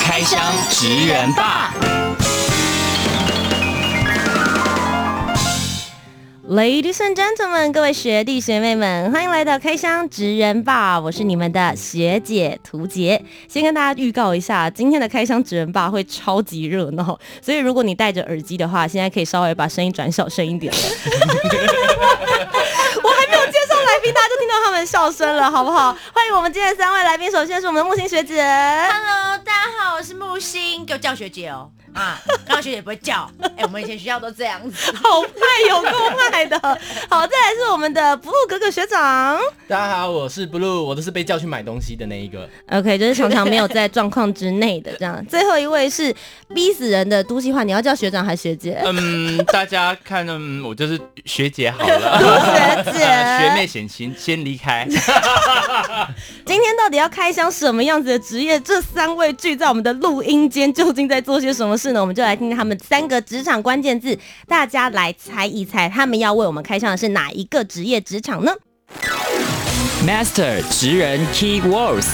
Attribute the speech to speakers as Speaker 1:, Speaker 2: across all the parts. Speaker 1: 开箱职人吧！
Speaker 2: Ladies and gentlemen，各位学弟学妹们，欢迎来到开箱职人吧，我是你们的学姐涂洁。先跟大家预告一下，今天的开箱职人吧会超级热闹，所以如果你戴着耳机的话，现在可以稍微把声音转小声一点了。 我还没有介绍来宾，大家就听到他们笑声了，好不好？欢迎我们今天的三位来宾，首先是我们的木星学姐，
Speaker 3: Hello，大家好，我是木星，给我叫学姐哦。啊，刚刚学姐不会叫， 哎、我们以前学校都这样子。
Speaker 2: 好派有够派的。好，再来是我们的 blue 哥哥学长。
Speaker 1: 大家好，我是 Blue，我都是被叫去买东西的那一个。
Speaker 2: OK，就是常常没有在状况之内的这样。最后一位是逼死人的都市话，你要叫学长还是学姐？
Speaker 4: 嗯，大家看，嗯，我就是学姐好了，
Speaker 2: 学姐，
Speaker 4: 呃 学妹显亲，先离开。
Speaker 2: 今天到底要开箱什么样子的职业？这三位聚在我们的录音间，究竟在做些什么事呢？我们就来听听他们三个职场关键字，大家来猜一猜，他们要为我们开箱的是哪一个职业职场呢？
Speaker 1: Master 职人 Key Words，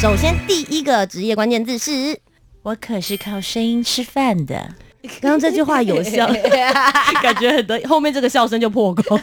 Speaker 2: 首先，第一个职业关键字是，
Speaker 3: 我可是靠声音吃饭的。
Speaker 2: 刚刚这句话有效，感觉很得意，后面这个笑声就破功。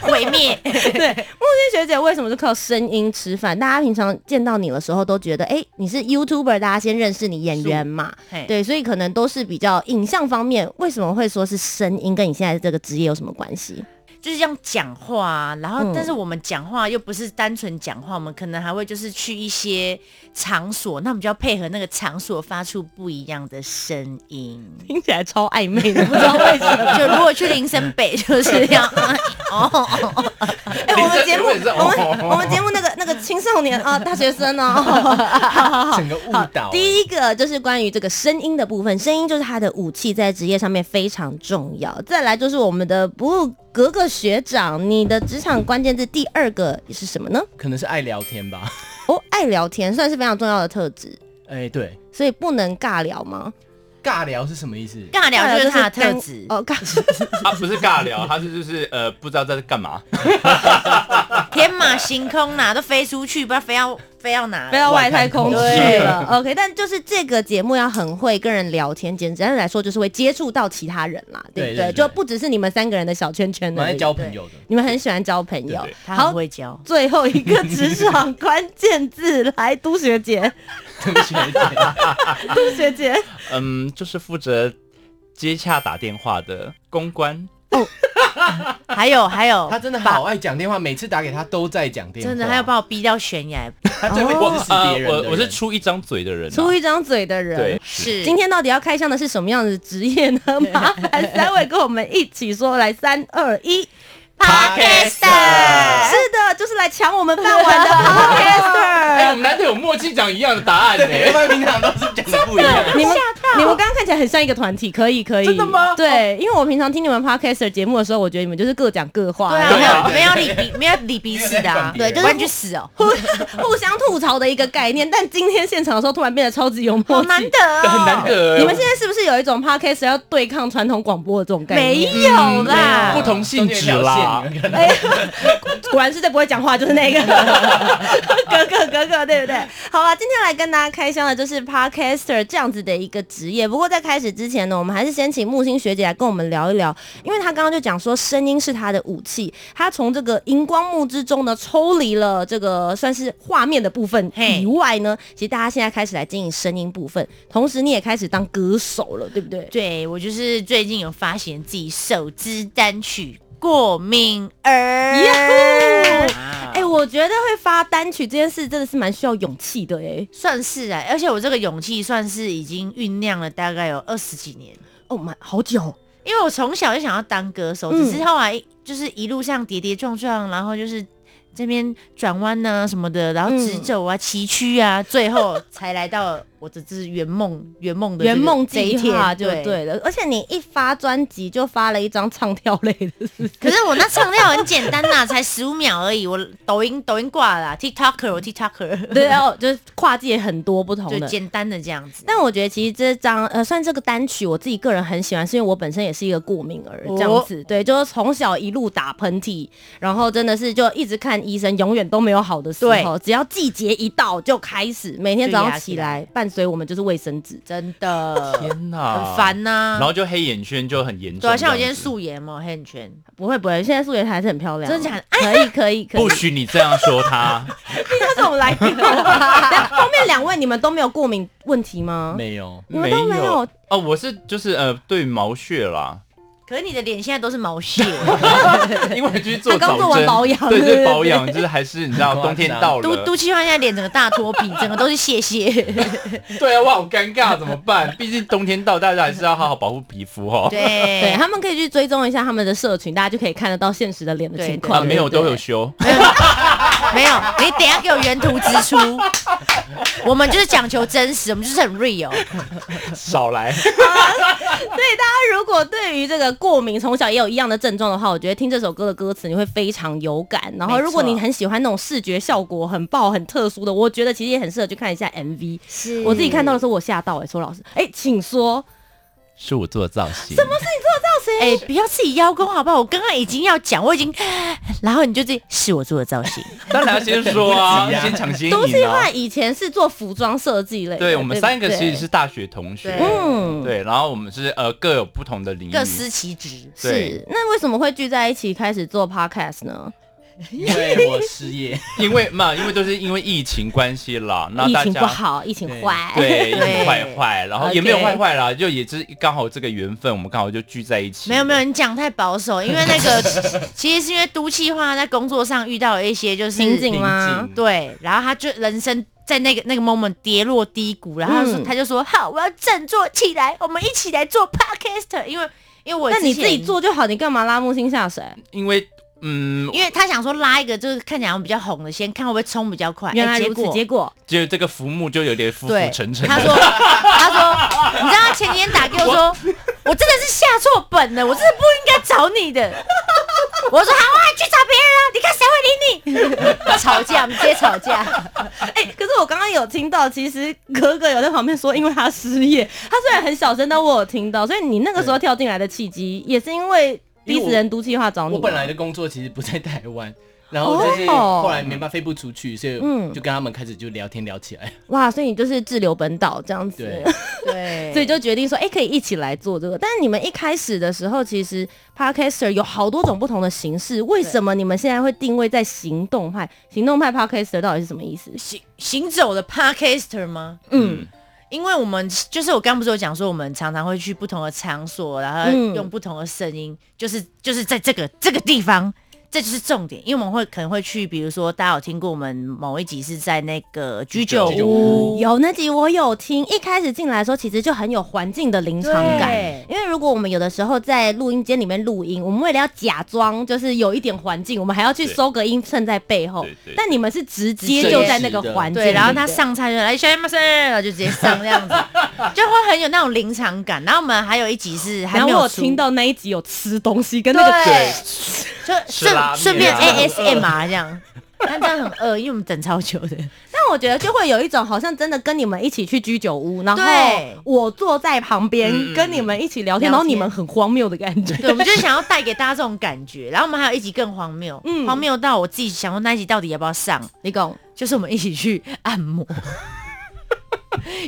Speaker 3: 毁 灭，
Speaker 2: 对，木星学姐为什么是靠声音吃饭？大家平常见到你的时候都觉得，哎、你是 YouTuber，大家先认识你演员嘛
Speaker 3: 嘿，
Speaker 2: 对，所以可能都是比较影像方面。为什么会说是声音跟你现在这个职业有什么关系？
Speaker 3: 就是这样讲话、啊，然后、
Speaker 2: 嗯
Speaker 3: 但是我们讲话又不是单纯讲话，我们可能还会就是去一些场所，那我们就要配合那个场所发出不一样的声音。
Speaker 2: 听起来超暧昧的，不知道为什么。
Speaker 3: 就如果去林森北就是 要哦哦哦，
Speaker 2: 哎、我们节目，
Speaker 4: 林森北
Speaker 2: 我们我们节目那个那个青少年啊，大学生哦，好好好
Speaker 1: 整个误导、
Speaker 2: 第
Speaker 1: 一，
Speaker 2: 一个就是关于这个声音的部分，声音就是他的武器，在职业上面非常重要。再来就是我们的不露格格学长，你的职场关键字第二个是什么呢？
Speaker 1: 可能是爱聊天吧。
Speaker 2: 哦，爱聊天算是非常重要的特质，
Speaker 1: 哎、对，
Speaker 2: 所以不能尬聊吗？
Speaker 1: 尬聊是什么意思？
Speaker 3: 尬聊就是他的特
Speaker 2: 尴
Speaker 3: 质。
Speaker 2: 哦，尬
Speaker 4: 啊，不是尬聊，他是就是呃，不知道在干嘛。
Speaker 3: 天马行空啦，都飞出去，不知道飞到飞到哪
Speaker 2: 不
Speaker 3: 了。
Speaker 2: 要外太空去
Speaker 3: 对
Speaker 2: 了。OK，但 就是这个节目要很会跟人聊天，简单来说就是会接触到其他人啦，对不
Speaker 1: 对对对
Speaker 2: 就不只是你们三个人的小圈圈
Speaker 1: 蛮
Speaker 2: 而
Speaker 1: 爱
Speaker 2: 已。
Speaker 1: 交朋友的。
Speaker 2: 你们很喜欢交朋友，
Speaker 4: 对对
Speaker 3: 他
Speaker 2: 好
Speaker 3: 很会教，
Speaker 2: 最后一个职场关键字，来，都学 姐，
Speaker 1: 同学姐，
Speaker 2: 都学姐，
Speaker 4: 嗯，就是负责接洽打电话的公关。
Speaker 3: 还有还有
Speaker 1: 他，真的好爱讲电话，每次打给他都在讲电话。
Speaker 3: 真的还有把我逼到悬崖。
Speaker 1: 他最会指使别
Speaker 4: 啊哦呃
Speaker 1: 人的
Speaker 4: 我
Speaker 1: 人
Speaker 4: 我是出一张嘴的人、啊。
Speaker 2: 出一张嘴的人。
Speaker 4: 对，
Speaker 3: 是
Speaker 2: 今天到底要开箱的是什么样的职业呢？麻烦三位跟我们一起说，来，三二一。
Speaker 4: Podcaster
Speaker 2: 是的，就是来抢我们饭 碗的 podcaster。
Speaker 4: 哎、我们难得有默契讲一样的答案 呢、
Speaker 2: 啊
Speaker 1: 对，因为平常都是讲的不一样。
Speaker 2: 你们你们刚刚看起来很像一个团体，可以可以。真的吗？对，因为我平常听你们 podcaster 节目的时候，我觉得你们就是各讲各话，
Speaker 3: 对
Speaker 2: 然后
Speaker 3: 啊，没有没有理彼没有理彼此的啊，
Speaker 1: 没有在管别人
Speaker 3: 不然你去死哦，
Speaker 2: 互 互相吐槽的一个概念。但今天现场的时候，突然变得超级有默
Speaker 3: 好
Speaker 2: 契，
Speaker 3: 难得哦，
Speaker 4: 很难得、哎
Speaker 2: 你们现在是不是有一种 podcast 要对抗传统广播的这种概
Speaker 3: 没
Speaker 2: 念？
Speaker 3: 有啦，
Speaker 1: 啊
Speaker 4: 不同性质啦。
Speaker 2: 哎呀，果然是最不会讲话，就是 那个哥哥哥哥，对不对？好啦，今天来跟大家开箱的就是 podcaster 这样子的一个职业。不过在开始之前呢，我们还是先请木星学姐来跟我们聊一聊，因为她刚刚就讲说声音是她的武器，她从这个荧光幕之中呢抽离了这个算是画面的部分
Speaker 3: 嘿
Speaker 2: 以外呢，其实大家现在开始来经营声音部分，同时你也开始当歌手了，对不对？
Speaker 3: 对我就是最近有发行自己首支单曲《过敏儿》
Speaker 2: 耶
Speaker 3: 啊
Speaker 2: 哎、我觉得会发单曲这件事真的是蛮需要勇气的哎、
Speaker 3: 算是啊，而且我这个勇气算是已经酝酿了大概有二十几年，
Speaker 2: 哦妈，好久，
Speaker 3: 因为我从小就想要当歌手，
Speaker 2: 嗯
Speaker 3: 只是后来就是一路上跌跌撞撞，然后就是这边转弯呐什么的，然后直走啊、崎岖啊，最后才来到我这是圆梦圆梦的这个
Speaker 2: 嗯圆梦
Speaker 3: 这一
Speaker 2: 计划
Speaker 3: 天
Speaker 2: 就对了，而且你一发专辑就发了一张唱跳类的，是不是
Speaker 3: 可是我那唱跳很简单啦，才十五秒而已，我抖音抖音挂了啦，TikToker 我 TikToker，
Speaker 2: 嗯对，然后就是跨界很多不同
Speaker 3: 就
Speaker 2: 的。
Speaker 3: 简单的这样子。
Speaker 2: 但我觉得其实这张呃，算这个单曲，我自己个人很喜欢，是因为我本身也是一个过敏儿，
Speaker 3: 哦
Speaker 2: 这样子，对，就是从小一路打喷嚏，然后真的是就一直看医生，永远都没有好的时候，只要季节一到就开始，每天早
Speaker 3: 就
Speaker 2: 上
Speaker 3: 压
Speaker 2: 起
Speaker 3: 起
Speaker 2: 来伴随我们就是卫生纸，
Speaker 3: 真的
Speaker 4: 天哪，
Speaker 3: 很烦呐、
Speaker 4: 啊
Speaker 2: 啊
Speaker 4: 然后就黑眼圈就很严重，
Speaker 3: 对啊，像我今
Speaker 4: 这
Speaker 3: 天
Speaker 4: 样子
Speaker 3: 素颜嘛，黑眼圈，
Speaker 2: 不会不会，现在素颜还是很漂亮，
Speaker 3: 真的 假的？
Speaker 2: 可以可以可哎
Speaker 4: 不，
Speaker 2: 以
Speaker 4: 许你这样说 他，
Speaker 2: 这种来宾，哦 后面两位你们都没有过敏问题吗？
Speaker 1: 没有，
Speaker 2: 你们都没有
Speaker 4: 哦，我是就是呃对毛屑 啦，
Speaker 3: 可是你的脸现在都是毛 屑，
Speaker 4: 因为去做
Speaker 2: 他刚
Speaker 4: 早
Speaker 2: 做完
Speaker 4: 针
Speaker 2: 保养
Speaker 4: 对
Speaker 2: 对对
Speaker 4: 对保养就是还是你知道
Speaker 1: 很夸
Speaker 4: 冬天
Speaker 1: 张
Speaker 4: 到
Speaker 3: 都
Speaker 4: 了，
Speaker 3: 都气焕现在脸整个大脱皮，整个都是屑 屑。
Speaker 4: 对啊，我好尴尬，怎么办？ 毕竟冬天到，大家还是要好好保护皮肤哦。
Speaker 2: 对
Speaker 3: 对，
Speaker 2: 他们可以去追踪一下他们的社群，大家就可以看得到现实的脸的
Speaker 3: 对
Speaker 2: 情况。
Speaker 4: 啊，没有都有修，
Speaker 2: 哎
Speaker 3: 没有，你等一下给我原图直 出。我们就是讲求真实，我们就是很 real。
Speaker 4: 少来。
Speaker 2: 所以大家如果对于这个过敏从小也有一样的症状的话，我觉得听这首歌的歌词你会非常有感。然后
Speaker 3: 没错
Speaker 2: 如果你很喜欢那种视觉效果很爆、很特殊的，我觉得其实也很适合去看一下 MV。
Speaker 3: 是
Speaker 2: 我自己看到的时候我吓到哎、欸，说老师哎、请说
Speaker 4: 是我做的造型，什么是？
Speaker 3: 哎、不要自己邀功好不好？我刚刚已经要讲，我已经， 然后你就自己是我做的造型，
Speaker 2: 嗯
Speaker 4: 当然要先说 啊，先抢先
Speaker 2: 都是
Speaker 4: 赢
Speaker 2: 因
Speaker 4: 啊
Speaker 2: 为。以前是做服装设计类的，
Speaker 4: 对我们
Speaker 2: 不
Speaker 4: 三个其实
Speaker 2: 对
Speaker 4: 是大学同学，
Speaker 3: 对
Speaker 2: 嗯
Speaker 4: 对，然后我们是呃各有不同的领域，
Speaker 3: 各司其职。
Speaker 4: 对，
Speaker 2: 是，那为什么会聚在一起开始做 podcast 呢？
Speaker 1: 因为我失业，
Speaker 4: 因为 嘛，因为都是因为疫情关系啦，那
Speaker 2: 疫
Speaker 4: 大
Speaker 2: 情不
Speaker 4: 家。
Speaker 2: 好，疫情坏，
Speaker 4: 对，疫
Speaker 3: 对
Speaker 4: 情坏坏，然后
Speaker 2: OK
Speaker 4: 也没有坏坏啦，就也是刚好这个缘分，我们刚好就聚在一起。
Speaker 3: 没有没有，你讲太保守， 因为那个其实是因为都气化在工作上遇到了一些就是嗯
Speaker 2: 瓶颈吗
Speaker 4: 瓶？颈
Speaker 3: 对，然后他就人生在那个那个 moment 跌落低谷，然后他说、
Speaker 2: 嗯
Speaker 3: 他就说好，我要振作起来，我们一起来做 podcast，因为因为我
Speaker 2: 那你
Speaker 3: 之
Speaker 2: 自
Speaker 3: 前
Speaker 2: 己，做就好，你干嘛拉木星下水？
Speaker 4: 因为嗯，
Speaker 3: 因为他想说拉一个就是看起来比较红的，先看会不会冲比较快，
Speaker 2: 原来
Speaker 3: 哎
Speaker 2: 如此，结果
Speaker 4: 就这个浮木就有点浮浮
Speaker 3: 对，
Speaker 4: 沉沉
Speaker 3: 他
Speaker 4: 的。
Speaker 3: 说，他说，你知道他前几天打给我说，我真的是下错本了，我真的不应该找你的。 我说好啊，去找别人啊，你看谁会理啊你？ 吵架，我们直接吵架。
Speaker 2: 哎、可是我刚刚有听到，其实哥哥有在旁边说，因为他失业，他虽然很小声，但我有听到，所以你那个时候跳进来的契机，也是因为第一人毒气话找你
Speaker 1: 我
Speaker 2: 吗。
Speaker 1: 本来的工作其实不在台湾。然后就是
Speaker 2: 哦
Speaker 1: 后来没办法飞不出去，所以
Speaker 2: 嗯
Speaker 1: 就跟他们开始就聊天聊起来。
Speaker 2: 哇，所以你就是滞留本岛这样子，
Speaker 1: 对，
Speaker 3: 对
Speaker 2: 所以就决定说，哎、可以一起来做这个。但是你们一开始的时候，其实 podcaster 有好多种不同的形式，为什么你们现在会定位在行动派？行动派 podcaster 到底是什么意思？
Speaker 3: 行行走的 podcaster 吗？
Speaker 2: 嗯，
Speaker 3: 因为我们就是我刚不是有讲说，我们常常会去不同的场所，然后
Speaker 2: 嗯
Speaker 3: 用不同的声音，就是就是在这个这个地方，这就是重点。因为我们会可能会去，比如说大家有听过我们某一集是在那个居酒
Speaker 4: 居酒
Speaker 3: 屋，
Speaker 2: 有那集我有听，一开始进来的时候，其实就很有环境的临场感。
Speaker 3: 对
Speaker 2: 因为如果我们有的时候在录音间里面录音，我们为了要假装就是有一点环境，我们还要去
Speaker 4: 对
Speaker 2: 收个音衬在背后
Speaker 4: 对对对。
Speaker 2: 但你们是直接就在那个环境里
Speaker 3: 对，
Speaker 2: 面，
Speaker 3: 然后他
Speaker 2: 不
Speaker 3: 上菜就来学马生，然后就直接上这样 子，就会很有那种临场感。然后我们还有一集是还
Speaker 2: 然
Speaker 3: 没
Speaker 2: 后我
Speaker 3: 有
Speaker 2: 有
Speaker 3: 出
Speaker 2: 听，到那一集有吃东西跟那个
Speaker 3: 对，就
Speaker 4: 吃拉面啊
Speaker 3: 顺顺便 ASMR 这样，但这样很饿，因为我们等超久的。
Speaker 2: 但我觉得就会有一种好像真的跟你们一起去居酒屋，然后
Speaker 3: 对
Speaker 2: 我坐在旁边
Speaker 1: 嗯
Speaker 2: 跟你们一起聊
Speaker 3: 聊
Speaker 2: 天，
Speaker 3: 天
Speaker 2: 然后你们很荒谬的感 觉。
Speaker 3: 对， 我们就是想要带给大家这种感觉。然后我们还有一集更荒谬，
Speaker 2: 嗯
Speaker 3: 荒谬到我自己想说那一集到底要不要上，
Speaker 2: 你讲，
Speaker 3: 就是我们一起去按摩。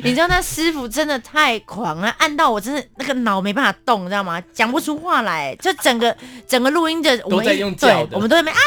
Speaker 3: 你知道那师傅真的太狂了，按到我真的那个脑没办法动，你知道吗？讲不出话来，就整个整个录音的我们
Speaker 1: 在
Speaker 3: 一
Speaker 1: 用
Speaker 3: 对
Speaker 1: 叫的
Speaker 3: 我们都在那边啊，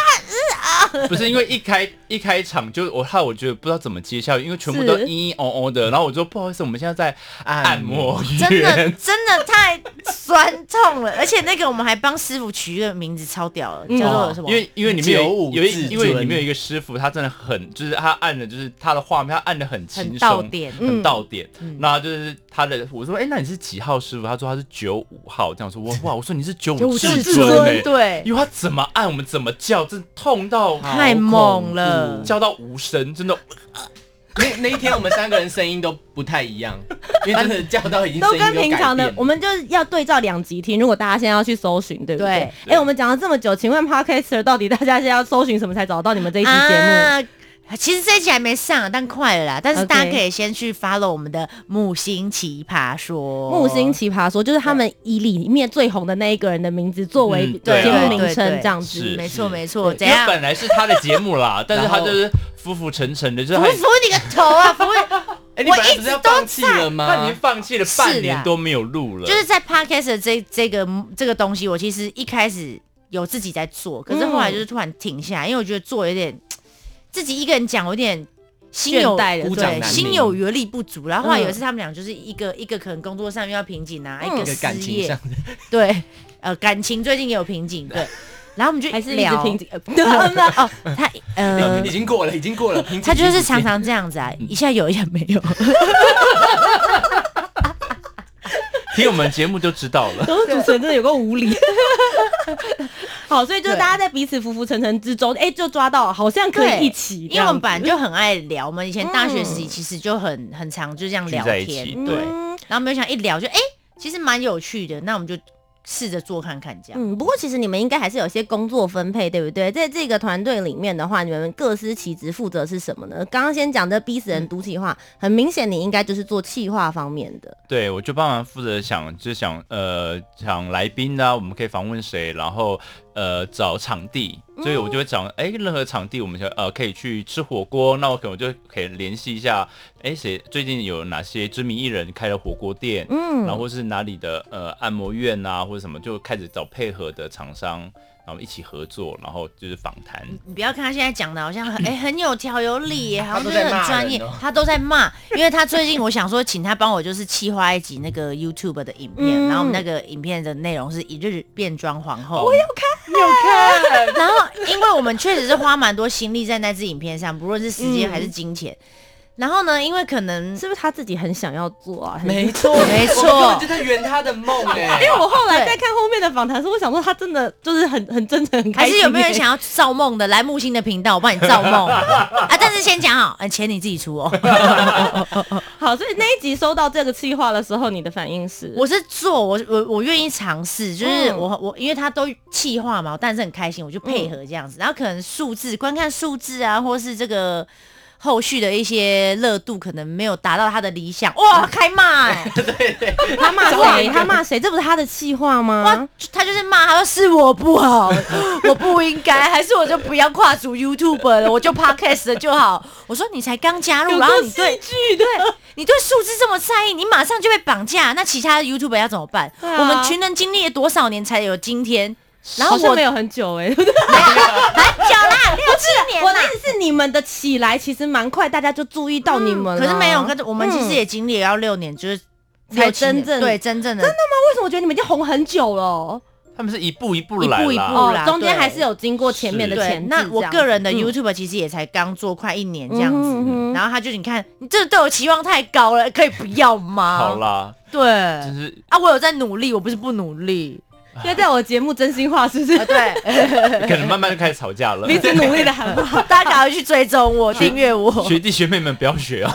Speaker 4: 不是因为一开一开场就我害我觉得不知道怎么接下去，因为全部都
Speaker 2: 是
Speaker 4: 嘤嘤哦哦的，然后我就不好意思，我们现在在按摩
Speaker 3: 真的
Speaker 4: 院，
Speaker 3: 真的太酸痛了，而且那个我们还帮师傅取一个名字超屌了，叫做什么？
Speaker 4: 因为因为里面
Speaker 1: 九
Speaker 4: 有
Speaker 1: 五
Speaker 4: 有一
Speaker 1: 至
Speaker 4: 因为
Speaker 1: 尊
Speaker 4: 里面有一个师傅，他真的很就是他按的就是他的画面，他按的很轻
Speaker 3: 很
Speaker 4: 松，
Speaker 3: 到点嗯
Speaker 4: 很到点。那就是他的我说哎、那你是几号师傅？他说他是九五号，这样我说 哇哇，我说你是九五至尊
Speaker 1: 欸
Speaker 4: 哎、
Speaker 3: 对，
Speaker 4: 因为他怎么按我们怎么叫，真的痛到
Speaker 3: 太猛了
Speaker 4: 叫到无声，真的
Speaker 1: 那那一天我们三个人声音都不太 一样，因为真的叫到已经
Speaker 2: 都
Speaker 1: 声音
Speaker 2: 跟平
Speaker 1: 改
Speaker 2: 常的
Speaker 1: 变，
Speaker 2: 我们就是要对照两集听。如果大家现在要去搜寻，对不对？哎、
Speaker 4: 对
Speaker 2: 我们讲了这么久，请问 Podcaster 到底大家现在要搜寻什么才找到你们这一期节目？
Speaker 3: 啊其实这一期还没上，但快了啦。但是
Speaker 2: OK
Speaker 3: 大家可以先去 follow 我们的木星奇葩说，
Speaker 2: 木星奇葩说就是他们以里面最红的那一个人的名字作为
Speaker 4: 嗯对
Speaker 1: 啊
Speaker 2: 节目
Speaker 3: 对
Speaker 2: 名
Speaker 3: 对
Speaker 2: 称，
Speaker 3: 对
Speaker 2: 这样
Speaker 4: 是
Speaker 2: 子。
Speaker 3: 没错
Speaker 4: 是
Speaker 3: 没错，怎
Speaker 4: 因为
Speaker 3: 样？
Speaker 4: 本来是他的节目 啦，但是他
Speaker 1: 然后
Speaker 4: 就是浮浮沉沉的，就是
Speaker 3: 服
Speaker 4: 他
Speaker 3: 服你个头啊！服
Speaker 1: 哎，你本来不是要放弃了吗？
Speaker 4: 他已经放弃了半
Speaker 3: 是
Speaker 4: 年
Speaker 3: 啊
Speaker 4: 都没有录了，
Speaker 3: 就是在 podcast 的这这个这个东西，我其实一开始有自己在做，可是后
Speaker 2: 嗯
Speaker 3: 来就是突然停下来，因为我觉得做有点自己一个人讲有点。心有
Speaker 2: 倦怠了
Speaker 3: 对
Speaker 1: 孤掌难鸣
Speaker 3: 心有余而力不足，然后后来
Speaker 2: 嗯
Speaker 3: 有一次他们俩就是一个、一个可能工作上遇到瓶颈啊，
Speaker 2: 嗯
Speaker 3: 一
Speaker 1: 一
Speaker 3: 个
Speaker 1: 个感
Speaker 3: 失
Speaker 1: 情
Speaker 3: 业
Speaker 1: 上，
Speaker 3: 对， 呃，感情最近也有瓶颈， 对，然后我们就
Speaker 2: 还是一直
Speaker 3: 聊，
Speaker 2: 听 对
Speaker 3: 没有哦，他呃
Speaker 1: 已，经过了，已经过了，平
Speaker 3: 他
Speaker 1: 静
Speaker 3: 就是
Speaker 1: 期间
Speaker 3: 常常这样子
Speaker 4: 嗯
Speaker 3: 啊，一下有一下没有，
Speaker 4: 听我们节目就知道了。
Speaker 2: 都是主持人真的有个无 理。好，所以就是
Speaker 3: 对
Speaker 2: 大家在彼此浮浮沉沉之中，哎、就抓到好像可
Speaker 3: 对
Speaker 2: 以一起这
Speaker 3: 因为
Speaker 2: 样子，
Speaker 3: 我们本来就很爱聊，我们以前大学时期
Speaker 2: 嗯
Speaker 3: 其实就很很常就这样
Speaker 4: 聚
Speaker 3: 聊
Speaker 4: 在一
Speaker 3: 天
Speaker 4: 起，对
Speaker 2: 嗯
Speaker 3: 然后没有想一聊就哎、其实蛮有趣的，那我们就试着做看看这样。
Speaker 2: 嗯，不过其实你们应该还是有些工作分配，对不对？在这个团队里面的话，你们各司其职，负责是什么呢？刚刚先讲的逼死人毒气化，很明显你应该就是做气化方面的。
Speaker 4: 对，我就帮忙负责想，就想呃，想来宾啊，我们可以访问谁，然后呃找场地，所以我
Speaker 3: 嗯
Speaker 4: 就会找哎、任何场地我们想呃可以去吃火锅，那我可能就可以联系一下，哎谁最近有哪些知名艺人开了火锅店，
Speaker 2: 嗯
Speaker 4: 然后或是哪里的呃按摩院啊或者什么，就开始找配合的厂商。然后一起合作，然后就是访谈，
Speaker 3: 你不要看他现在讲的好像 很哎、很有条有理耶，好像
Speaker 1: 嗯都
Speaker 3: 真的
Speaker 1: 在
Speaker 3: 很
Speaker 1: 骂
Speaker 3: 专
Speaker 1: 人
Speaker 3: 业
Speaker 1: 哦，
Speaker 3: 他都在骂， 因为他最近我想说请他帮我就是企划一集那个 YouTube 的影片，
Speaker 2: 嗯
Speaker 3: 然后我们那个影片的内容是一日变装皇后， 然后，因为我们确实是花蛮多心力在那支影片上，不论是时间还是金钱。
Speaker 1: 嗯
Speaker 3: 然后呢，因为可能
Speaker 2: 是不是他自己很想要做啊？很
Speaker 1: 没错，
Speaker 3: 没错
Speaker 1: 我们根本就在圆他的梦哎
Speaker 2: 因为。我后来
Speaker 3: 对
Speaker 2: 在看后面的访谈的时候，我想说他真的就是很很真诚，很开
Speaker 3: 还
Speaker 2: 心
Speaker 3: 是
Speaker 2: 耶。
Speaker 3: 有没有人想要造梦的，来木星的频道，我帮你造 梦啊！但是先讲好，呃钱你自己出哦。
Speaker 2: 好？所以那一集收到这个气化的时候，你的反应是？
Speaker 3: 我是做，我我我愿意尝试，就是
Speaker 2: 嗯
Speaker 3: 我我因为他都气化嘛，我但是很开心，我就配合这样
Speaker 2: 嗯
Speaker 3: 子。然后可能数字，观看数字啊，或是这个后续的一些热度，可能没有达到他的理想，哇，
Speaker 2: 嗯
Speaker 3: 开骂、 欸！
Speaker 2: 他骂谁？他骂谁？这不是他的气化
Speaker 3: 哇
Speaker 2: 吗？，
Speaker 3: 他就是骂，他说是我不好， 我不应该，还是我就不要跨足 YouTube 了，我就 Podcast 了就好。我说你才刚加入，
Speaker 2: 有
Speaker 3: 然后
Speaker 2: 做
Speaker 3: 你
Speaker 2: 戏
Speaker 3: 对
Speaker 2: 剧的，
Speaker 3: 你对数字这么在意，你马上就被绑架，那其他的 YouTube 要怎么办？
Speaker 2: 对啊
Speaker 3: 我们群人经历了多少年才有今天？然后
Speaker 2: 好像
Speaker 3: 我
Speaker 2: 没有很久哎、
Speaker 3: 很久啦，六七年
Speaker 2: 我的
Speaker 3: 啦。
Speaker 2: 意思是，你们的起来其实蛮快，大家就注意到你们
Speaker 3: 嗯
Speaker 2: 了。
Speaker 3: 可是没有，跟我们其
Speaker 2: 嗯
Speaker 3: 实也经历了要六年，就是
Speaker 2: 才
Speaker 3: 六七年
Speaker 2: 真正
Speaker 3: 对真正的真的
Speaker 2: 为什么我觉得你们已经红很久了哦？
Speaker 4: 他们是一步一步
Speaker 3: 一
Speaker 4: 来
Speaker 3: 步一
Speaker 4: 啦
Speaker 3: 步啦
Speaker 2: 中间
Speaker 3: 对
Speaker 2: 还是有经过前面的
Speaker 4: 是
Speaker 2: 前
Speaker 3: 对
Speaker 2: 置。。
Speaker 3: 那我个人的
Speaker 2: 嗯
Speaker 3: YouTube 其实也才刚做快一年这样子，
Speaker 2: 嗯哼嗯哼
Speaker 3: 然后他就你看，你这对我期望太高了，可以不要吗？
Speaker 4: 好啦，
Speaker 3: 对
Speaker 4: 就是
Speaker 3: 啊，我有在努力，我不是不努 力。
Speaker 2: 现在在我节目真心话是不是
Speaker 3: 啊，？对，
Speaker 4: 可能慢慢就开始吵架了。
Speaker 2: 彼此努力的喊话。
Speaker 3: 大家赶快去追踪我，订阅我，
Speaker 4: 学弟学妹们不要学啊！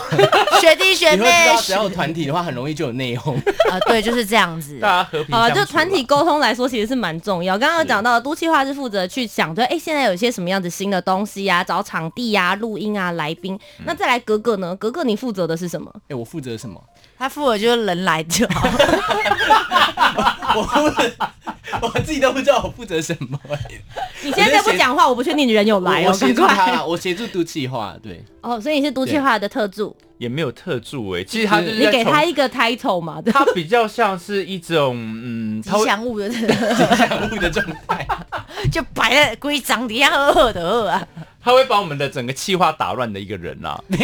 Speaker 3: 学弟学
Speaker 1: 你会知
Speaker 3: 妹
Speaker 1: 道，只要有团体的话，很容易就有内 讧。
Speaker 3: 啊，对，就是这样 子。
Speaker 4: 大家和平
Speaker 2: 好了，
Speaker 4: 相
Speaker 2: 就
Speaker 4: 处
Speaker 2: 团体
Speaker 4: 啦
Speaker 2: 沟通来说，其实是蛮重要。刚刚有讲到，都企划是负责去想，就哎、诶现在有一些什么样子新的东西呀、找场地呀、录音啊、来宾。那再来格格呢？格格你负责的是什么？
Speaker 1: 哎、我负责什么？
Speaker 3: 他付我就是人来 就好，
Speaker 1: 我负责， 我自己都不知道我负责什么、欸。
Speaker 2: 你现在再不讲话，我不确定你人有来
Speaker 1: 我
Speaker 2: 哦，
Speaker 1: 协
Speaker 2: 赶
Speaker 1: 助他
Speaker 2: 快
Speaker 1: 啦，我协助读企划，对，
Speaker 2: 哦。所以你是都企划的特助，
Speaker 4: 也没有特助哎、其实他就是
Speaker 2: 你
Speaker 4: 在
Speaker 2: 给
Speaker 4: 从
Speaker 2: 他一个 title 嘛？对。
Speaker 4: 他比较像是一种嗯，
Speaker 3: 吉
Speaker 4: 他会
Speaker 3: 祥物的
Speaker 1: 感悟的状 态。
Speaker 3: 就摆在规章底下呵呵的呵啊。
Speaker 4: 他会把我们的整个气划打乱的一个人啊啦、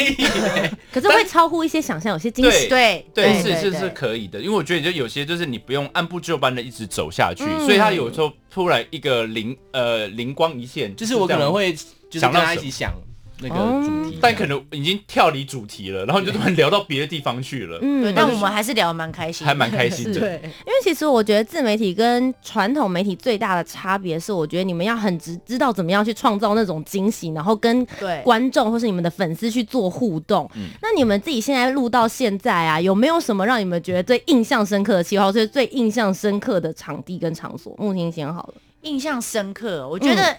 Speaker 2: 可是会超乎一些想象，有些惊喜。
Speaker 3: 对对
Speaker 4: 对，是是
Speaker 3: 对
Speaker 4: 是可以的，因为我觉得就有些就是你不用按部就班的一直走下去，
Speaker 2: 嗯
Speaker 4: 所以他有时候突然一个灵呃灵光一现，
Speaker 1: 就是我可能会就是
Speaker 4: 想
Speaker 1: 跟
Speaker 4: 到
Speaker 1: 他一
Speaker 4: 什么
Speaker 1: 起想，那
Speaker 2: 哦
Speaker 1: 个主题，
Speaker 4: 但可能已经跳离主题了，然后你就突然聊到别的地方去了，
Speaker 3: 对，
Speaker 2: 嗯，
Speaker 3: 但我们还是聊得蛮开心的，
Speaker 4: 还蛮 开心的。
Speaker 1: 对
Speaker 2: 因为其实我觉得自媒体跟传统媒体最大的差别是，我觉得你们要很知知道怎么样去创造那种惊喜，然后跟
Speaker 3: 对嗯
Speaker 2: 观众或是你们的粉丝去做互动。那你们自己现在录到现在啊，有没有什么让你们觉得最印象深刻的计划，或是最印象深刻的场地跟场所？木星先好了，
Speaker 3: 印象深刻。我觉
Speaker 4: 嗯
Speaker 3: 得，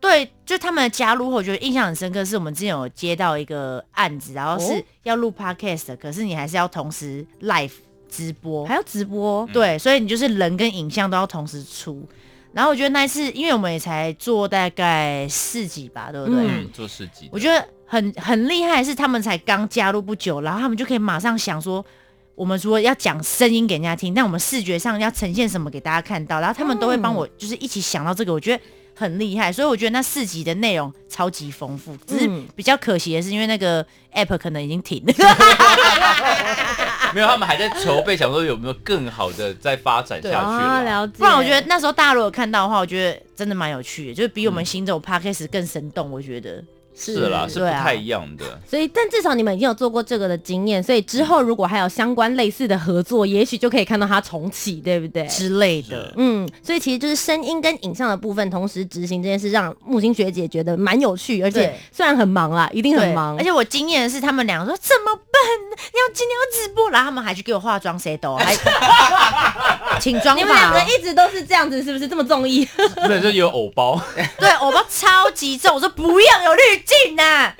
Speaker 3: 对，就他们的加入后，我觉得印象很深刻。是我们之前有接到一个案子，然后
Speaker 2: 哦
Speaker 3: 是要录 podcast，的、可是你还是要同时 live 直播
Speaker 2: 还，要直播，
Speaker 3: 对，所以你就是人跟影像都要同时出。然后我觉得那一次，因为我们也才做大概四集吧，对不对？
Speaker 4: 嗯，做市集
Speaker 3: 我觉得很很厉害，是他们才刚加入不久，然后他们就可以马上想说，我们说要讲声音给人家听，但我们视觉上要呈现什么给大家看到，然后他们都会帮我，就是一起想到这个，我觉得很厉害。所以我觉得那四集的内容超级丰富，只是
Speaker 2: 嗯
Speaker 3: 比较可惜的是，因为那个 app 可能已经停了。
Speaker 4: 没有，他们还在筹备，想说有没有更好的再发展下去
Speaker 2: 啊，
Speaker 4: 啦。
Speaker 2: 了解。
Speaker 3: 不然我觉得那时候大家如果看到的话，我觉得真的蛮有趣的，就是比我们行走 podcast 更生动。我觉得
Speaker 4: 是啦，是不
Speaker 3: 对啊
Speaker 4: 太一样的。
Speaker 2: 所以，但至少你们已经有做过这个的经验，所以之后如果还有相关类似的合作，也许就可以看到它重启，对不对？
Speaker 3: 之类的，
Speaker 2: 嗯，所以其实就是声音跟影像的部分同时执行这件事，让木星学姐觉得蛮有趣，而且
Speaker 3: 对
Speaker 2: 虽然很忙啦，一定很
Speaker 3: 对，
Speaker 2: 忙，
Speaker 3: 而且我惊艳的是，他们两个说怎么办？要今天要直播，然后他们还去给我化妆，谁 懂？还请妆
Speaker 2: 你们两个
Speaker 3: 法，哦
Speaker 2: 一直都是这样子，是不是这么综艺？
Speaker 4: 对，就有偶包，
Speaker 3: 对，我包超级重，我说不要有滤镜啊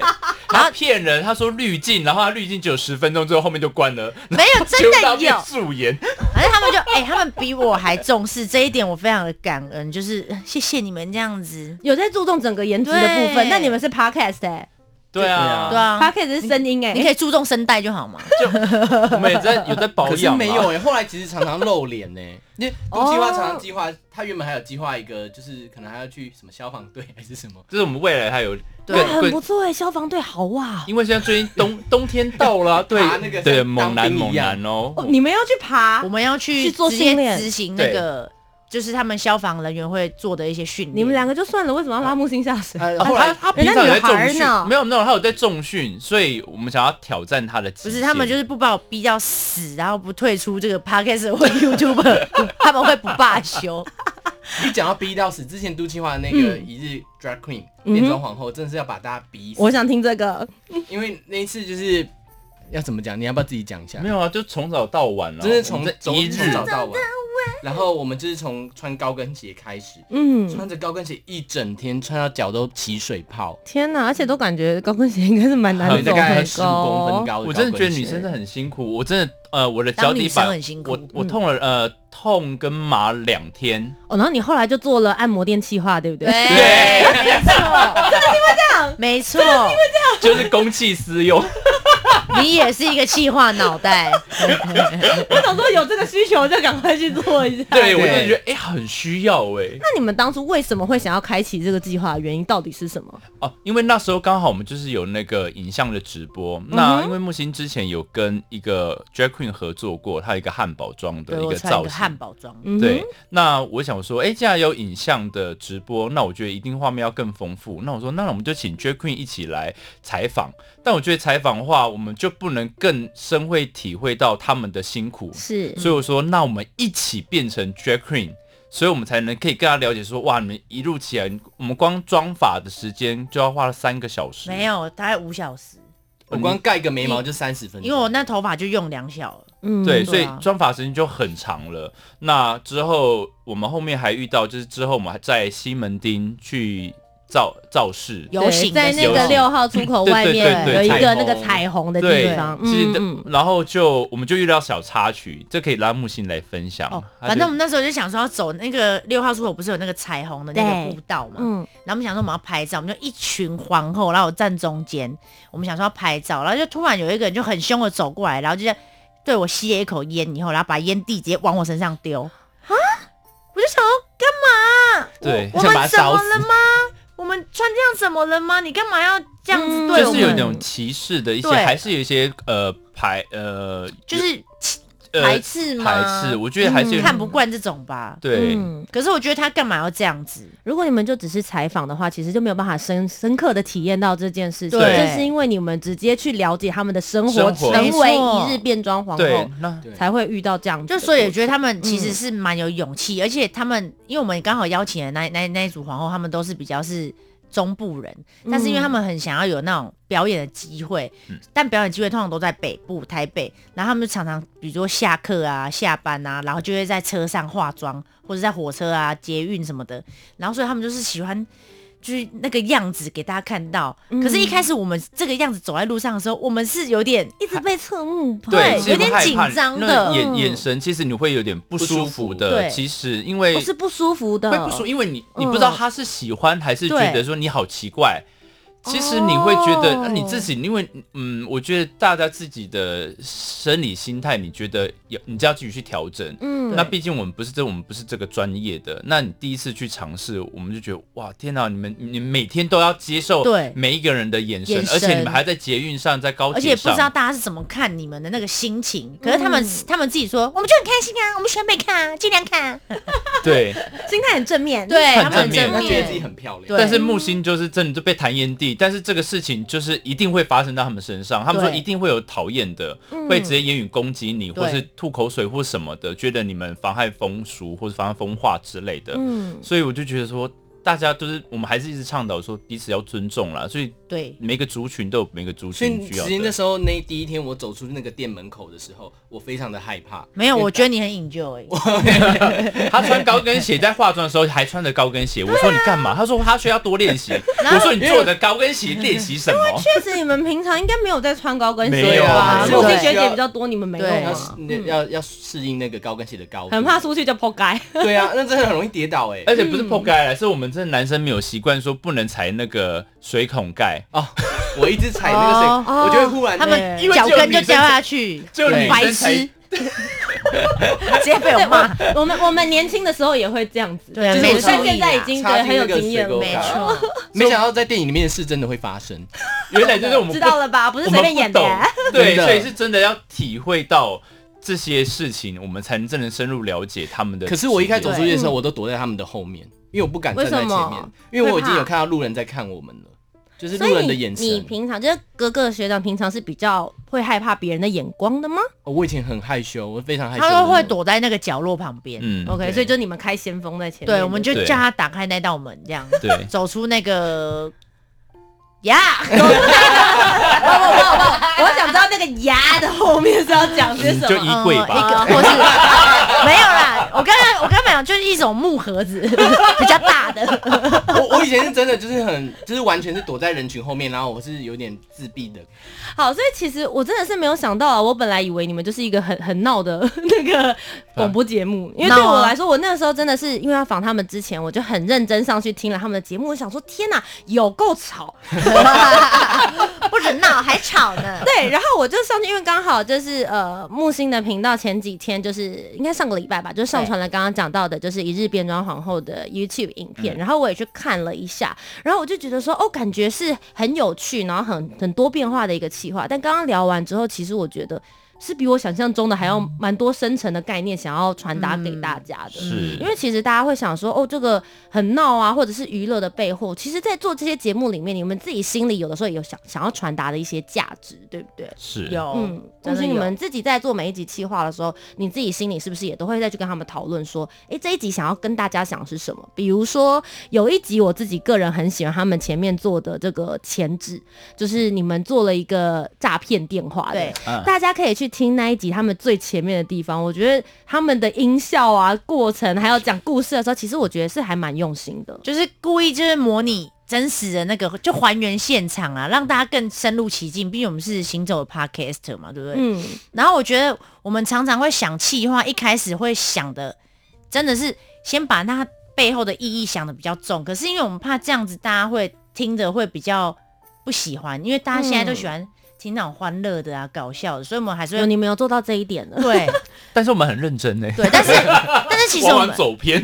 Speaker 3: 呐，啊
Speaker 4: 他骗人，他说滤镜，然后他滤镜只有十分钟，之后后面就关了。
Speaker 3: 没有真
Speaker 4: 全部
Speaker 3: 的
Speaker 4: 当面
Speaker 3: 有。
Speaker 4: 素颜，
Speaker 3: 反正他们就哎、他们比我还重视这一点，我非常的感恩，就是呃谢谢你们这样子。
Speaker 2: 有在注重整个颜值的部分，
Speaker 3: 对
Speaker 2: 那你们是 podcast 哎、
Speaker 4: 对啊，
Speaker 3: 对啊
Speaker 2: p，o d c a s t 是声音哎、
Speaker 3: 你可以注重声带就好嘛。
Speaker 4: 我们也在有在保
Speaker 1: 可是
Speaker 4: 养啊，
Speaker 1: 没有哎、后来其实常常露脸呢、因为都计划常常计划，他原本还有计划一个，就是可能还要去什么消防队还是什么。
Speaker 4: 就是我们未来它有
Speaker 3: 对啊
Speaker 4: 更
Speaker 2: 很
Speaker 4: 更
Speaker 2: 不错哎、消防队好啊哇、
Speaker 4: 因为现在最近 冬冬天到了啊，对
Speaker 1: 爬那个
Speaker 4: 对，
Speaker 1: 像
Speaker 4: 猛
Speaker 1: 当
Speaker 4: 男
Speaker 1: 兵
Speaker 4: 猛
Speaker 1: 一样
Speaker 4: 男哦，
Speaker 2: 哦，你们要去爬
Speaker 3: 我，们要去
Speaker 2: 去做
Speaker 3: 直接
Speaker 2: 训练
Speaker 3: 执行那个，就是他们消防人员会做的一些训练。
Speaker 2: 你们两个就算了，为什么要拉木星下水？
Speaker 1: 呃，
Speaker 4: 哦
Speaker 1: 后来
Speaker 4: 他他平
Speaker 2: 人家
Speaker 4: 常有在
Speaker 2: 女孩
Speaker 4: 重训
Speaker 2: 呢，
Speaker 4: 没有没有，他有在重训，所以我们想要挑战他的极
Speaker 3: 不
Speaker 4: 限。
Speaker 3: 是，他们就是不把我逼到死，然后不退出这个 podcast 或 YouTube，他 们会不罢休。
Speaker 1: 一讲到逼到死，之前都计划那个一日 drag queen 变装皇后，真的是要把大家逼死。
Speaker 2: 我想听这个，
Speaker 1: 因为那一次就是要怎么讲，你要不要自己讲一下
Speaker 4: 没？有啊，就从早到晚了，
Speaker 1: 真是从
Speaker 4: 我们在
Speaker 1: 从
Speaker 4: 一
Speaker 1: 从
Speaker 4: 日
Speaker 1: 早到晚，然后我们就是从穿高跟鞋开始，
Speaker 2: 嗯，
Speaker 1: 穿着高跟鞋一整天，穿到脚都起水泡，
Speaker 2: 天哪，而且都感觉高跟鞋应该是蛮难
Speaker 4: 很
Speaker 2: 走
Speaker 1: 啊大
Speaker 2: 的
Speaker 1: 概十五公分
Speaker 2: 高。
Speaker 1: 高的
Speaker 4: 我真的觉得
Speaker 1: 高跟鞋
Speaker 4: 女生是很辛苦，我真的呃，我的脚底
Speaker 3: 当女生
Speaker 4: 板
Speaker 3: 很辛苦
Speaker 4: 我我痛了呃痛跟麻两天，
Speaker 2: 哦，然后你后来就做了按摩店企划，对不对？
Speaker 3: 对，没错，真的你会这样？没错，
Speaker 4: 就是公器 私用，
Speaker 3: 你也是一个气化脑袋。
Speaker 2: 我想说有这个需求就赶快去做一下。
Speaker 4: 对我真的觉得哎很需要哎
Speaker 2: 那你们当初为什么会想要开启这个计划？原因到底是什么？
Speaker 4: 哦，因为那时候刚好我们就是有那个影像的直播，
Speaker 3: 嗯
Speaker 4: 那因为木星之前有跟一个 drag queen 合作过，他有一个汉堡装的
Speaker 3: 对
Speaker 4: 一
Speaker 3: 我
Speaker 4: 个
Speaker 3: 穿一
Speaker 4: 造
Speaker 3: 个
Speaker 4: 型，
Speaker 3: 汉堡装，
Speaker 2: 嗯哼
Speaker 4: 对，，那我想说，哎、既然有影像的直播，那我觉得一定画面要更丰富。那我说，那我们就请 Drag Queen 一起来采访。但我觉得采访的话，我们就不能更深会体会到他们的辛苦。
Speaker 2: 是
Speaker 4: 所以我说，那我们一起变成 Drag Queen，所以我们才能可以更加了解说，哇，你们一路起来，我们光妆发的时间就要花了三个小时。
Speaker 3: 没，有，大概五小时，
Speaker 1: 我光盖个眉毛就三十分
Speaker 3: 因
Speaker 1: 钟，
Speaker 3: 为我那头发就用两小了。
Speaker 2: 嗯
Speaker 4: 对，
Speaker 3: 嗯
Speaker 4: 所以
Speaker 3: 对啊
Speaker 4: 妆发时间就很长了。那之后我们后面还遇到，就是之后我们还在西门町去造造势。
Speaker 3: 游行的
Speaker 2: 在
Speaker 3: 时
Speaker 2: 那
Speaker 3: 候
Speaker 2: 个六号出口
Speaker 4: 对对
Speaker 2: 外面
Speaker 4: 对
Speaker 2: 有
Speaker 4: 对
Speaker 2: 一
Speaker 1: 彩
Speaker 2: 个
Speaker 1: 虹
Speaker 2: 那个彩虹的地
Speaker 4: 对
Speaker 2: 方，，
Speaker 4: 其实
Speaker 2: 嗯
Speaker 4: 的
Speaker 2: 嗯，
Speaker 4: 然后就我们就遇到小插曲，这可以拉木星来分享
Speaker 3: 哦。，
Speaker 4: 他就
Speaker 3: 反正我们那时候就想说要走那个六号出口，不是有那个彩虹的那个
Speaker 2: 对
Speaker 3: 步道嘛？
Speaker 2: 嗯，
Speaker 3: 然后我们想说我们要拍照，我们就一群皇后，然后我站中间，我们想说要拍照，然后就突然有一个人就很凶的走过来，然后就这样对我吸了一口烟以后，然后把烟蒂直接往我身上丢啊！我就想说干嘛？
Speaker 4: 对
Speaker 3: 我我
Speaker 1: 想把他
Speaker 3: 们怎
Speaker 1: 烧
Speaker 3: 么
Speaker 1: 死
Speaker 3: 了吗？我们穿这样怎么了吗？你干嘛要这样子
Speaker 2: 嗯
Speaker 3: 对
Speaker 4: 就
Speaker 3: 我
Speaker 4: 是有
Speaker 3: 们？
Speaker 4: 一种歧视的一些，
Speaker 3: 对
Speaker 4: 还是有一些呃排呃，
Speaker 3: 就是
Speaker 4: 呃
Speaker 3: 排斥吗？嗯
Speaker 4: 排斥，我觉得还是有
Speaker 3: 看不惯这种吧。
Speaker 4: 对，
Speaker 3: 可是我觉得他干嘛要这样子？
Speaker 2: 如果你们就只是采访的话，其实就没有办法深深刻的体验到这件事情。
Speaker 3: 对
Speaker 2: 这是因为你们直接去了解他们的生活，
Speaker 4: 生活
Speaker 2: 成为
Speaker 3: 没错
Speaker 2: 一日变装皇
Speaker 4: 对
Speaker 2: 后，，
Speaker 4: 那
Speaker 1: 对
Speaker 2: 才会遇到这样子的
Speaker 3: 就
Speaker 2: 过程。嗯
Speaker 3: 所以我觉得他们其实是蛮有勇气，而且他们因为我们刚好邀请的那那那一组皇后，他们都是比较是中部人，但是因为他们
Speaker 2: 嗯
Speaker 3: 很想要有那种表演的机会，但表演机会通常都在北部台北，然后他们就常常比如说下课啊、下班啊，然后就会在车上化妆，或者在火车啊、捷运什么的，然后所以他们就是喜欢。就是那个样子给大家看到，可是，一开始我们这个样子走在路上的时候，我们是有点
Speaker 2: 嗯一直被侧目吧，
Speaker 4: 对，
Speaker 3: 有点紧张的
Speaker 4: 那眼
Speaker 2: 嗯
Speaker 4: 眼神其实你会有点不舒服
Speaker 3: 不舒服
Speaker 4: 的。
Speaker 3: 对哦
Speaker 4: 其实因为
Speaker 2: 我是不舒服的，
Speaker 4: 会不舒服，因为你你不
Speaker 3: 嗯
Speaker 4: 知道他是喜欢还是觉得说你好奇怪。其实你会觉得、
Speaker 2: 哦
Speaker 4: 你自己，因为嗯，我觉得大家自己的生理心态，你觉得有，你就要自己去调整。
Speaker 2: 嗯
Speaker 4: 那毕竟我们不是这，我们不是这个专业的。那你第一次去尝试，我们就觉得哇，天哪！你们你每天都要接受
Speaker 3: 对
Speaker 4: 每一个人的眼神，
Speaker 3: 眼神
Speaker 4: 而且你们还在捷运上，在高
Speaker 3: 而且
Speaker 4: 铁
Speaker 3: 不知
Speaker 4: 上，
Speaker 3: 道大家是怎么看你们的那个心情，可是他们、他们自己说，我们就很开心啊，我们选美看啊，尽量看啊，
Speaker 4: 对。
Speaker 2: 心态很正面。
Speaker 3: 对
Speaker 4: 很
Speaker 3: 他们很正
Speaker 4: 正
Speaker 1: 他觉得自己
Speaker 3: 面，
Speaker 1: 很漂亮。
Speaker 3: 对
Speaker 4: 但是木星就是真的就被弹烟蒂，但是这个事情就是一定会发生到他们身上。他们说
Speaker 3: 对嗯
Speaker 4: 一定会有讨厌的，会直接言语攻击你，
Speaker 3: 对
Speaker 4: 或是吐口水或什么的，觉得你们妨害风俗或是妨害风化之类的。
Speaker 2: 嗯，
Speaker 4: 所以我就觉得说，大家都是我们还是一直倡导说彼此要尊重啦。所以
Speaker 3: 对，
Speaker 4: 每个族群都有每个族
Speaker 1: 所以
Speaker 4: 群
Speaker 1: 其
Speaker 4: 需要
Speaker 1: 实那
Speaker 4: 的。
Speaker 1: 时候那第一天我走出那个店门口的时候，我非常的害怕。
Speaker 3: 没有，我觉得你很欸 enjoy，
Speaker 4: 他穿高跟鞋在化妆的时候还穿着高跟鞋，我说你干嘛？他说他需要多练 习。我说你做的高跟鞋练习什么？
Speaker 2: 确实你们平常应该没有在穿高跟
Speaker 4: 没
Speaker 2: 鞋
Speaker 4: 有啊
Speaker 2: 吧？
Speaker 4: 没
Speaker 2: 是
Speaker 1: 有
Speaker 2: 我学姐比较多，你们没
Speaker 3: 对
Speaker 2: 有啊
Speaker 1: 要
Speaker 2: 吗？
Speaker 1: 要要适应那个高跟鞋的高度，
Speaker 2: 很怕出去就破街。
Speaker 1: 对啊，那真的很容易跌倒哎、
Speaker 4: 而且不是
Speaker 2: 嗯
Speaker 4: 破盖了，是我们这男生没有习惯说不能踩那个水孔盖，
Speaker 1: 哦，我一直踩那个
Speaker 3: 哦
Speaker 1: 水，我就会忽然
Speaker 3: 他们
Speaker 4: 因为
Speaker 3: 脚
Speaker 4: 只有
Speaker 3: 跟就
Speaker 4: 女生
Speaker 3: 掉下去，
Speaker 4: 就
Speaker 1: 对
Speaker 4: 女
Speaker 3: 白
Speaker 4: 生
Speaker 3: 痴，
Speaker 4: 才
Speaker 3: 直接被我 骂，
Speaker 2: 我们我们年轻的时候也会这样子，
Speaker 3: 对啊
Speaker 2: 就是
Speaker 3: 没
Speaker 2: 我
Speaker 3: 注
Speaker 2: 现
Speaker 3: 意啦
Speaker 2: 在已经觉
Speaker 1: 插
Speaker 2: 得
Speaker 1: 进
Speaker 2: 很有
Speaker 1: 那个
Speaker 2: 经
Speaker 1: 水
Speaker 2: 验了
Speaker 1: 沟。
Speaker 3: 没
Speaker 1: 盖。
Speaker 3: 错，
Speaker 1: 没想到在电影里面的事真的会发生，
Speaker 4: 原来就是我们
Speaker 2: 知
Speaker 4: 不
Speaker 2: 道了吧？不是
Speaker 4: 我
Speaker 2: 随
Speaker 4: 们
Speaker 2: 便
Speaker 4: 不
Speaker 2: 演的
Speaker 4: 懂，对，
Speaker 1: 真的
Speaker 4: 所以是真的要体会到这些事情，我们才能真的深入了解他们的。
Speaker 1: 可是我一开始走出去的时候，
Speaker 2: 对
Speaker 1: 我都躲在他们的后面，因为我不敢站在
Speaker 2: 为
Speaker 1: 前
Speaker 2: 什么
Speaker 1: 面，因为我已经
Speaker 2: 会怕
Speaker 1: 有看到路人在看我们了，就是
Speaker 2: 所
Speaker 1: 路人
Speaker 2: 以
Speaker 1: 的
Speaker 2: 你
Speaker 1: 眼
Speaker 2: 你
Speaker 1: 神。
Speaker 2: 平常就是哥哥学长平常是比较会害怕别人的眼光的吗？
Speaker 1: 哦我以前很害羞，我非常害羞。
Speaker 3: 他都会。躲在那个角落旁边，
Speaker 4: 嗯
Speaker 3: OK，
Speaker 2: OK，
Speaker 1: 对
Speaker 2: 所以就你们开先锋在前面。
Speaker 3: 对，我们就
Speaker 4: 对
Speaker 3: 叫他打开那道门，这样
Speaker 4: 对
Speaker 3: 走出那 个呀，
Speaker 2: 哦我想知道那个牙的后面是要讲些
Speaker 4: 你
Speaker 2: 什
Speaker 4: 就
Speaker 2: 么。嗯
Speaker 4: 衣柜吧，
Speaker 3: 呃一个或是 没有啦，我刚才我刚才讲就是一种木盒 子，比较大的，
Speaker 1: 我我以前是真的就是很就是完全是躲在人群后面，然后我是有点自闭的。
Speaker 2: 好，所以其实我真的是没有想到啊，我本来以为你们就是一个很很闹的那个广播节目，因为对
Speaker 3: 闹啊
Speaker 2: 我来说，我那时候真的是因为要访他们之前，我就很认真上去听了他们的节目，我想说天哪，有够吵，
Speaker 3: 不准闹还吵 呢。
Speaker 2: 对，然后我就上去，因为刚好就是呃木星的频道前几天就是应该上个礼拜吧，就上传了刚刚讲到的，就是一日变装皇后的 YouTube 影片，然后我也去看了一下，然后我就觉得说哦，感觉是很有趣，然后很很多变化的一个企划。但刚刚聊完之后，其实我觉得是比我想象中的还要蛮多深层的概念想要传达给大家的。
Speaker 4: 是
Speaker 2: 因为其实大家会想说，哦，这个很闹啊，或者是娱乐的背后，其实，在做这些节目里面，你们自己心里有的时候也有想想要传达的一些价值，对不对？
Speaker 4: 是
Speaker 3: 有，
Speaker 2: 嗯，
Speaker 3: 哦真
Speaker 2: 就
Speaker 3: 的
Speaker 2: 是你
Speaker 3: 有
Speaker 2: 们自己在做每一集企划的时候，你自己心里是不是也都会再去跟他们讨论说，诶，这一集想要跟大家讲的是什么？比如说有一集我自己个人很喜欢他们前面做的这个前置，就是你们做了一个诈骗电话的
Speaker 3: 对，
Speaker 4: 嗯
Speaker 2: 大家可以去听那一集他们最前面的地方，我觉得他们的音效啊、过程还有讲故事的时候，其实我觉得是还蛮用心的。
Speaker 3: 就是故意就是模拟真实的那个，就还原现场啊，让大家更深入其境。毕竟我们是行走的 podcast 嘛，对不对？
Speaker 2: 嗯，
Speaker 3: 然后我觉得我们常常会想气话，一开始会想的真的是先把它背后的意义想的比较重，可是因为我们怕这样子大家会听着会比较不喜欢，因为大家现在都喜欢听那种欢乐的啊、搞笑的，所以我们还是
Speaker 2: 有
Speaker 3: 会
Speaker 2: 你们有做到这一点了。
Speaker 3: 对
Speaker 4: 但是我们很认真呢。
Speaker 3: 对，但是但是其实
Speaker 4: 往
Speaker 3: 我
Speaker 4: 往
Speaker 3: 们
Speaker 4: 走偏，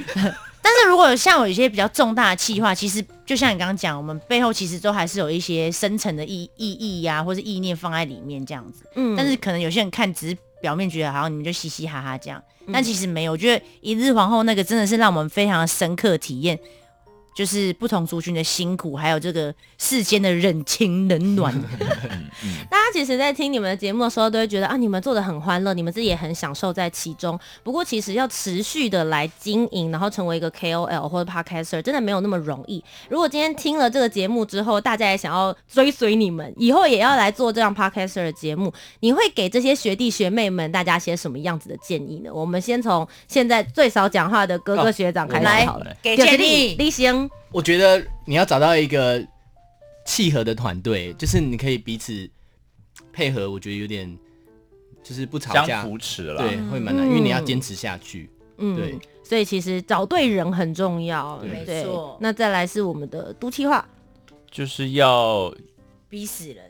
Speaker 3: 但是如果有像有一些比较重大的计划，其实就像你刚刚讲，我们背后其实都还是有一啊些深层的意意义呀、或是意念放在里面这样子。
Speaker 2: 嗯
Speaker 3: 但是可能有些人看只是表面觉得好像你们就嘻嘻哈哈这样，但其实没有。我觉得一日皇后那个真的是让我们非常深刻体验，就是不同族群的辛苦，还有这个世间的冷情冷暖。
Speaker 2: 大家其实，在听你们的节目的时候，都会觉得啊，你们做的很欢乐，你们自己也很享受在其中。不过，其实要持续的来经营，然后成为一个 KOL 或者 Podcaster，真的没有那么容易。如果今天听了这个节目之后，大家也想要追随你们，以后也要来做这样 Podcaster 的节目，你会给这些学弟学妹们大家些什么样子的建议呢？我们先从现在最少讲话的哥哥学长开
Speaker 3: 哦来
Speaker 2: 始好了。
Speaker 3: 给
Speaker 2: 就是
Speaker 3: 建
Speaker 2: 立
Speaker 3: 议，
Speaker 2: 立先
Speaker 1: 我觉得你要找到一个契合的团队，就是你可以彼此配合，我觉得有点就是不吵
Speaker 4: 相
Speaker 1: 架，
Speaker 4: 扶持了。
Speaker 1: 对，会蛮难，因为你要坚持下去。
Speaker 2: 嗯，
Speaker 1: 对，
Speaker 2: 所以其实找对人很重要，
Speaker 1: 对
Speaker 2: 对
Speaker 3: 没错
Speaker 2: 那再来是我们的都气话，
Speaker 4: 就是要
Speaker 3: 逼死人。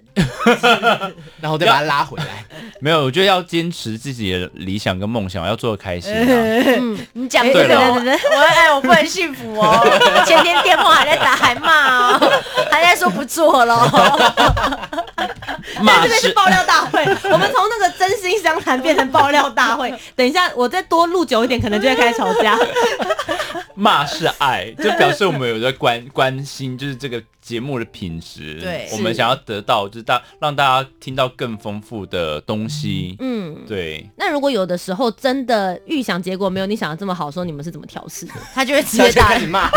Speaker 1: 然后再把它拉回来。
Speaker 4: 没有，我觉得要坚持自己的理想跟梦想，要做得开心 啊。
Speaker 2: 嗯
Speaker 3: 你讲
Speaker 4: 对
Speaker 3: 这个，
Speaker 4: 了
Speaker 3: 我 我哎，我不很幸福哦。前天电话还在打，还骂哦，还在说不做 喽。
Speaker 4: 骂
Speaker 2: 这边是
Speaker 4: 是
Speaker 2: 爆料大会，我们从那个真心相谈变成爆料大会。等一下，我再多录久一点，可能就会开始吵架。
Speaker 4: 骂是爱， 就表示我们有在关关心，就是这个节目的品质。
Speaker 3: 对
Speaker 4: 我们想要得到，就是大让大家听到更丰富的东西。
Speaker 2: 嗯，
Speaker 4: 对，
Speaker 2: 那如果有的时候真的预想结果没有你想的这么好，说你们是怎么调试的？
Speaker 3: 他就会直
Speaker 1: 他
Speaker 3: 接
Speaker 1: 就
Speaker 3: 打
Speaker 1: 开，始骂，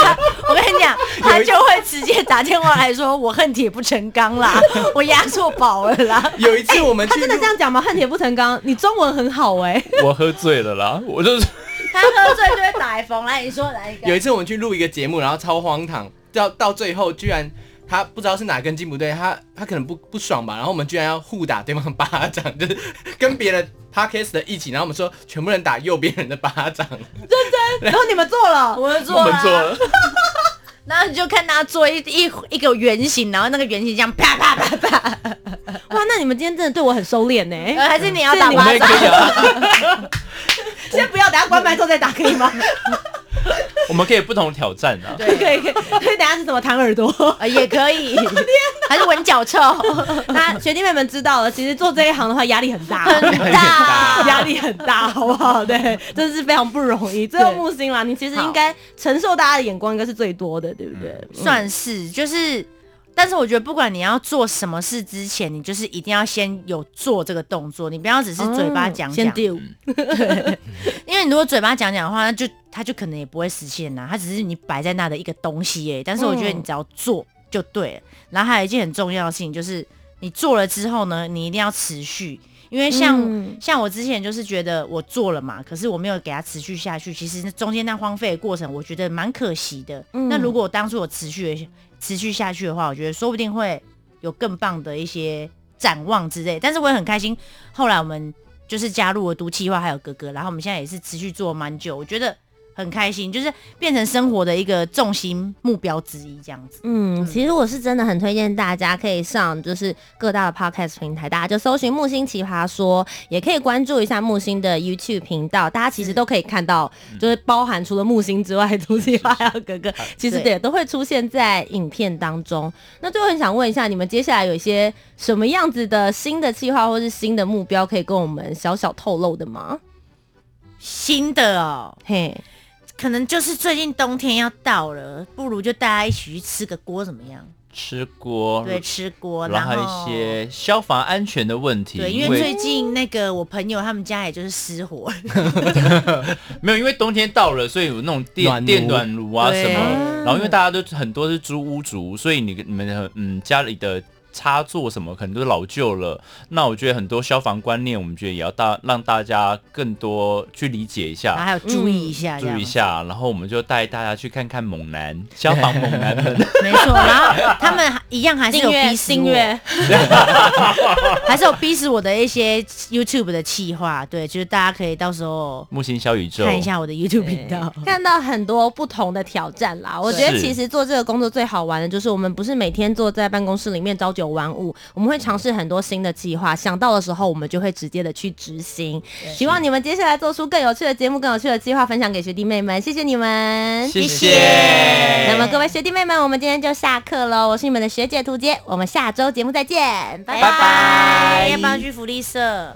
Speaker 3: 我跟你讲，他就会直接打电话来说：“我恨铁不成钢啦，我压错宝了啦。
Speaker 1: 有一次我们
Speaker 2: 他
Speaker 1: 去
Speaker 2: 啊真的这样讲吗？恨铁不成钢，你中文很好哎、
Speaker 4: 我喝醉了啦， 我就是”
Speaker 3: 他喝醉就会打来疯来，你说来一
Speaker 1: 有
Speaker 3: 个
Speaker 1: 一次我们去录一个节目，然后超荒唐，到到最后居然他不知道是哪根筋不对，他他可能不不爽吧，然后我们居然要互打对方巴掌， 就是跟别的 podcast 的一起，然后我们说全部人打右边人的巴掌，
Speaker 2: 然后你们做了，
Speaker 3: 我就
Speaker 4: 哦我
Speaker 3: 做啊
Speaker 4: 们做
Speaker 3: 啦。
Speaker 4: 了。
Speaker 3: 然后你就看他做一一一个圆形，然后那个圆形这样啪啪啪啪，
Speaker 2: 哇，那你们今天真的对我很收敛呢、
Speaker 4: 嗯
Speaker 3: 呃还是你要打
Speaker 2: 是你
Speaker 4: 我
Speaker 3: 巴
Speaker 4: 们
Speaker 3: 掌
Speaker 4: 也可？以啊，
Speaker 2: 先不要，等下关麦之后再打可以吗？
Speaker 4: 我们可以不同挑战啊。
Speaker 2: 可以可以，可以等下是什么弹耳朵？
Speaker 3: 呃也可 以，还是闻脚臭，
Speaker 2: 那学弟妹们知道了，其实做这一行的话压力 很大，
Speaker 4: 哎
Speaker 3: 很大
Speaker 2: 压力很大，好不好？对，真是非常不容易。最后木星啦，你其实应该承受大家的眼光应该是最多的，对不对？
Speaker 3: 算是就是。但是我觉得，不管你要做什么事之前，你就是一定要先有做这个动作，你不要只是嘴巴
Speaker 4: 嗯
Speaker 3: 讲讲。
Speaker 2: 哦先 do，
Speaker 3: 因为你如果嘴巴讲讲的话，那就他就可能也不会实现呐、它只是你摆在那的一个东西耶。但是我觉得你只要做就对了。然后还有一件很重要的事情就是，你做了之后呢，你一定要持续，因为像、
Speaker 2: 嗯
Speaker 3: 像我之前就是觉得我做了嘛，可是我没有给它持续下去，其实那中间那荒废的过程，我觉得蛮可惜的。
Speaker 2: 嗯
Speaker 3: 那如果我当初我持续的持续下去的话，我觉得说不定会有更棒的一些展望之类。但是我也很开心，后来我们就是加入了毒气化还有哥哥，然后我们现在也是持续做蛮久，我觉得很开心，就是变成生活的一个重心目标之一这样子。
Speaker 2: 嗯，其实我是真的很推荐大家可以上就是各大的 podcast 平台，大家就搜寻木星奇葩说，也可以关注一下木星的 YouTube 频道，大家其实都可以看到，就是包含除了木星之外， 朱奇华还有哥哥，其实
Speaker 3: 对
Speaker 2: 也都会出现在影片当中。那最后很想问一下，你们接下来有一些什么样子的新的计划或是新的目标可以跟我们小小透露的吗？
Speaker 3: 新的哦，
Speaker 2: 嘿，
Speaker 3: 可能就是最近冬天要到了，不如就大家一起去吃个锅怎么样？
Speaker 4: 吃锅，
Speaker 3: 对，吃锅，
Speaker 4: 然
Speaker 3: 然
Speaker 4: 后
Speaker 3: 后
Speaker 4: 还有一些消防安全的问题。
Speaker 3: 对，因为最近那个我朋友他们家也就是失火，
Speaker 4: 没有，因为冬天到了，所以有那种
Speaker 1: 暖
Speaker 4: 电电
Speaker 1: 炉
Speaker 4: 暖炉啊
Speaker 3: 对
Speaker 4: 什
Speaker 2: 啊
Speaker 4: 么。然后因为大家都很多是租屋族，所以你你们的嗯家里的插座什么可能都老旧了。那我觉得很多消防观念，我们觉得也要大让大家更多去理解一
Speaker 3: 然后
Speaker 4: 下。
Speaker 3: 还有注意一下，
Speaker 4: 注意一，下，然后我们就带大家去看看猛男消防猛男们，
Speaker 3: 没错。然后他们一样还是有逼死
Speaker 2: 订
Speaker 3: 我，
Speaker 2: 阅，
Speaker 3: 还是有逼死我的一些 YouTube 的企划，对，就是大家可以到时候
Speaker 4: 木星小宇宙，
Speaker 3: 看一下我的 YouTube 频道。
Speaker 2: 看到很多不同的挑战啦。我觉得
Speaker 4: 是
Speaker 2: 其实做这个工作最好玩的就是，我们不是每天坐在办公室里面朝九晚五，我们会尝试很多新的计划，想到的时候我们就会直接的去执行。希望你们接下来做出更有趣的节目、更有趣的计划，分享给学弟妹们。谢谢你们，
Speaker 4: 谢
Speaker 2: 谢
Speaker 4: 谢
Speaker 2: 那么各位学弟妹们，我们今天就下课喽。我是你们的学姐涂洁，我们下周节目再见，拜拜。
Speaker 3: 拜拜，要不要去福利社？